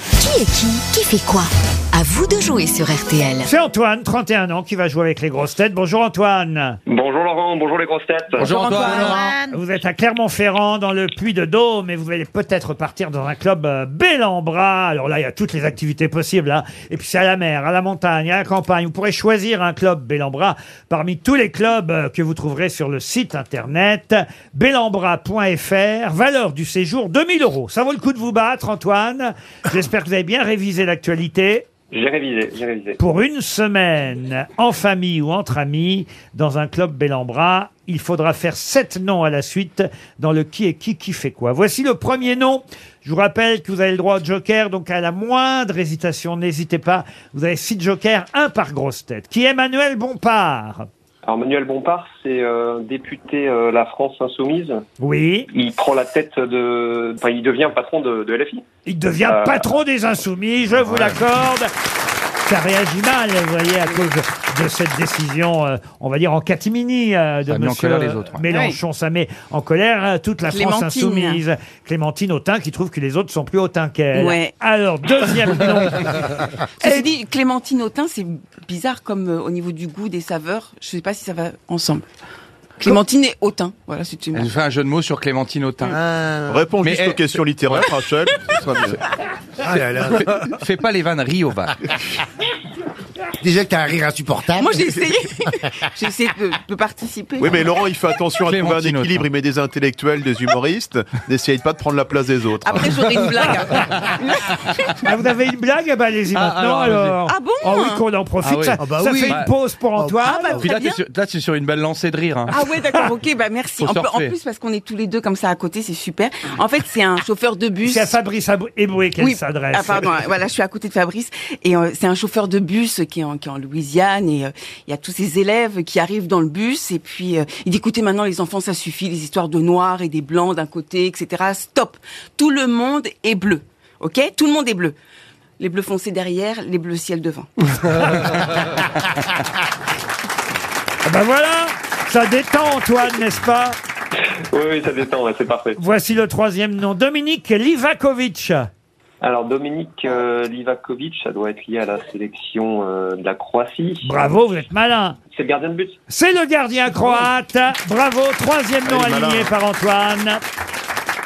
est qui Qui fait quoi À vous de jouer sur RTL. C'est Antoine, 31 ans, qui va jouer avec les grosses têtes. Bonjour Antoine. Bonjour Laurent, bonjour les grosses têtes. Bonjour Antoine. Vous êtes à Clermont-Ferrand, dans le Puy de Dôme, et vous allez peut-être partir dans un club euh, bel en bras. Alors là, il y a toutes les activités possibles. hein. Et puis c'est à la mer, à la montagne, à la campagne. Vous pourrez choisir un club bel en bras parmi tous les clubs euh, que vous trouverez sur le site internet belambras.fr. Valeur du séjour 2000 euros. Ça vaut le coup de vous battre, Antoine. J'espère que vous avez bien révisé l'actualité J'ai révisé, j'ai révisé. pour une semaine, en famille ou entre amis, dans un club Bellambra. Il faudra faire sept noms à la suite dans le qui est qui qui fait quoi. Voici le premier nom. Je vous rappelle que vous avez le droit au joker, donc à la moindre hésitation, n'hésitez pas. Vous avez six jokers, un par grosse tête. Qui est Manuel Bompard Alors Manuel Bompard, c'est euh, député euh, La France Insoumise. Oui. Il prend la tête de... Enfin, il devient patron de, de LFI. Il devient Euh. patron des Insoumis, je vous l'accorde. Ça réagit mal, vous voyez, à cause de cette décision, euh, on va dire en catimini euh, de Ça a mis en monsieur colère les autres, ouais. Mélenchon. Ça met en colère euh, toute la France Clémentine. insoumise. Clémentine Autain qui trouve que les autres sont plus hautains qu'elle. Ouais. Alors, deuxième nom. Ceci dit, Clémentine Autain, c'est bizarre comme euh, au niveau du goût, des saveurs. Je sais pas si ça va ensemble. Clémentine et Autain. Voilà, c'est une. Elle fait un jeu de mots sur Clémentine Autain. Réponds Mais juste elle- aux questions littéraires, Rachel. Ce sera mieux. Fais pas les vannes, ris au va. Déjà que t'as un rire insupportable. Moi, j'ai essayé. j'ai essayé de, de participer. Oui, mais Laurent, il fait attention à trouver un Clémentine équilibre. Autain. Il met des intellectuels, des humoristes. N'essayez pas de prendre la place des autres. Après, j'aurai une blague. Ah, vous avez une blague Eh ben, Allez-y Ah, maintenant. alors, vas-y. Alors. Ah bon Oh oui, qu'on en profite. Ah oui. Ça, Ah bah ça oui. fait une Bah- pause pour Antoine. bah, Puis là, Très t'es sur, là, t'es sur une belle lancée de rire. hein. Ah ouais, d'accord, ok, bah merci. Faut En, en surfer. plus, parce qu'on est tous les deux comme ça à côté, c'est super. En fait, c'est un chauffeur de bus. C'est à Fabrice Abou- Eboué qu'elle Oui. s'adresse. Ah, pardon, voilà, je suis à côté de Fabrice. Et euh, c'est un chauffeur de bus qui est en, qui est en Louisiane. Et euh, il y a tous ses élèves qui arrivent dans le bus. Et puis, euh, il dit, écoutez, maintenant, les enfants, ça suffit. Les histoires de noirs et des blancs d'un côté, etc. Stop. Tout le monde est bleu. OK Tout le monde est bleu. Les bleus foncés derrière, les bleus ciel devant. Ah bah voilà, ça détend Antoine, n'est-ce pas Oui, oui, ça détend, ouais, c'est parfait. Voici le troisième nom, Dominique Livakovic. Alors Dominique euh, Livakovic, ça doit être lié à la sélection euh, de la Croatie. Bravo, vous êtes malin. C'est le gardien de but. C'est le gardien croate. Bravo, troisième nom Allez, aligné malin. par Antoine. Hein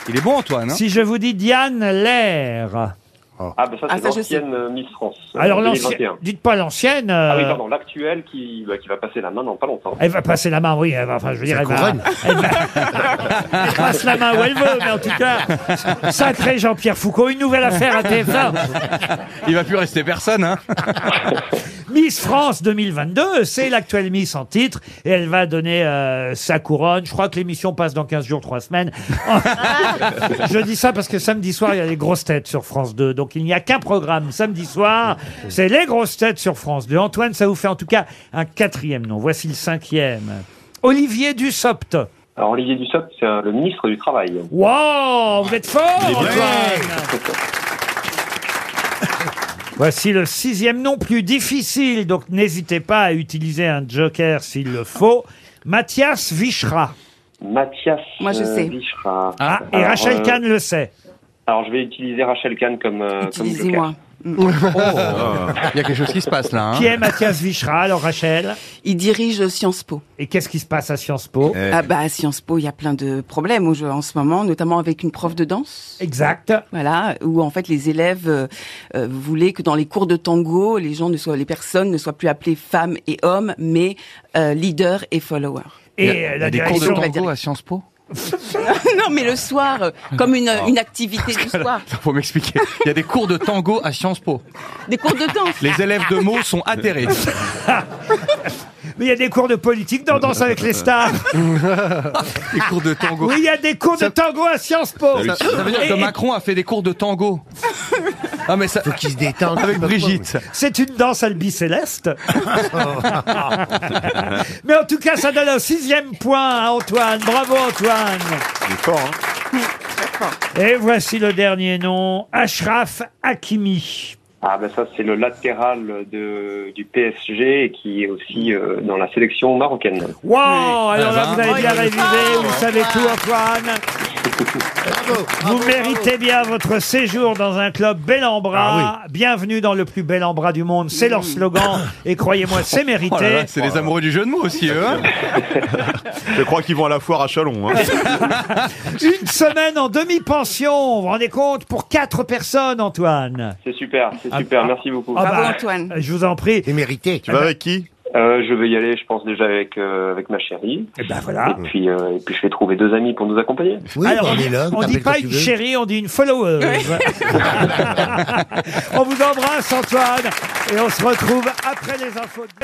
Il est bon, Antoine. hein Si je vous dis Diane Lair. Ah, bah ça, Ah, c'est ça, je l'ancienne euh, Miss France. euh, Alors l'ancienne, 2021. dites pas l'ancienne. euh, Ah oui, pardon, l'actuelle qui, bah, qui va passer la main dans pas longtemps. Elle va passer la main, oui. Elle va, enfin, je veux dire, elle va, elle va- elle passe la main où elle veut, mais en tout cas, sacré Jean-Pierre Foucault, une nouvelle affaire à TF1. Il va plus rester personne. Hein Miss France 2022, c'est l'actuelle Miss en titre et elle va donner euh, sa couronne. Je crois que l'émission passe dans 15 jours, 3 semaines. Je dis ça parce que samedi soir, il y a les grosses têtes sur France 2. Donc il n'y a qu'un programme samedi soir, c'est les grosses têtes sur France 2. Antoine, ça vous fait en tout cas un quatrième nom. Voici le cinquième. Olivier Dussopt. Alors Olivier Dussopt, c'est euh, le ministre du Travail. Wow, vous êtes fort, Il est bien. Antoine Voici le sixième nom plus difficile, donc n'hésitez pas à utiliser un joker s'il le faut. Mathias Vichra. Mathias euh, Moi, je sais. Vichra. Ah, et Alors, Rachel euh, Kahn le sait. Alors je vais utiliser Rachel Kahn comme, euh, comme joker. Utilisez-moi. Ah. Il y a quelque chose qui se passe là. hein. Qui est Mathias Vichra Alors Rachel, Il dirige Sciences Po. et qu'est-ce qui se passe à Sciences Po Euh, Eh, Ah bah, à Sciences Po, il y a plein de problèmes au jeu en ce moment, notamment avec une prof de danse. Exact. Voilà, où en fait les élèves euh, euh, voulaient que dans les cours de tango, les gens ne soient, les personnes ne soient plus appelées femmes et hommes, mais euh, leaders et followers. Et euh, il y a, la des cours de direction... tango à Sciences Po. non, mais le soir, euh, comme une, une activité du soir, Faut m'expliquer. Il y a des cours de tango à Sciences Po. des cours de danse. Les élèves de mots sont atterrés. Mais il y a des cours de politique dans Danse avec les stars. Des cours de tango. Oui, il y a des cours de tango à Sciences Po. Ça, ça veut dire Et- que et Macron a fait des cours de tango. Ah mais ça. Faut qu'il se détende. Avec Brigitte. C'est une danse albicéleste. Mais en tout cas, ça donne un sixième point à Antoine. Bravo Antoine. il est fort, hein. Et voici le dernier nom, Ashraf Hakimi. Ah ben ça c'est le latéral de, du PSG et qui est aussi euh, dans la sélection marocaine. Wow Alors Ah là, ben. vous avez bien Oh, il est révisé, vous savez tout Antoine. Ah. Bravo. Vous méritez bien votre séjour dans un club bel en Ah bras. Bienvenue dans le plus bel en bras du monde. C'est leur Mmh. slogan. Et croyez-moi, c'est mérité. Oh là là, c'est les amoureux du jeu de mots aussi, eux. hein Je crois qu'ils vont à la foire à Chalon. hein. Une semaine en demi-pension. Vous vous rendez compte Pour quatre personnes, Antoine. C'est super, c'est super, merci beaucoup. Ah Bravo, Antoine. Je vous en prie. Et mérité. Tu vas avec qui Euh, je vais y aller, je pense déjà avec euh, avec ma chérie. Et ben voilà. Et puis euh, et puis je vais trouver deux amis pour nous accompagner. Oui, Alors, on est là. on dit t'appelles pas quand tu une veux. chérie, on dit une follower. on vous embrasse, Antoine. Et on se retrouve après les infos. de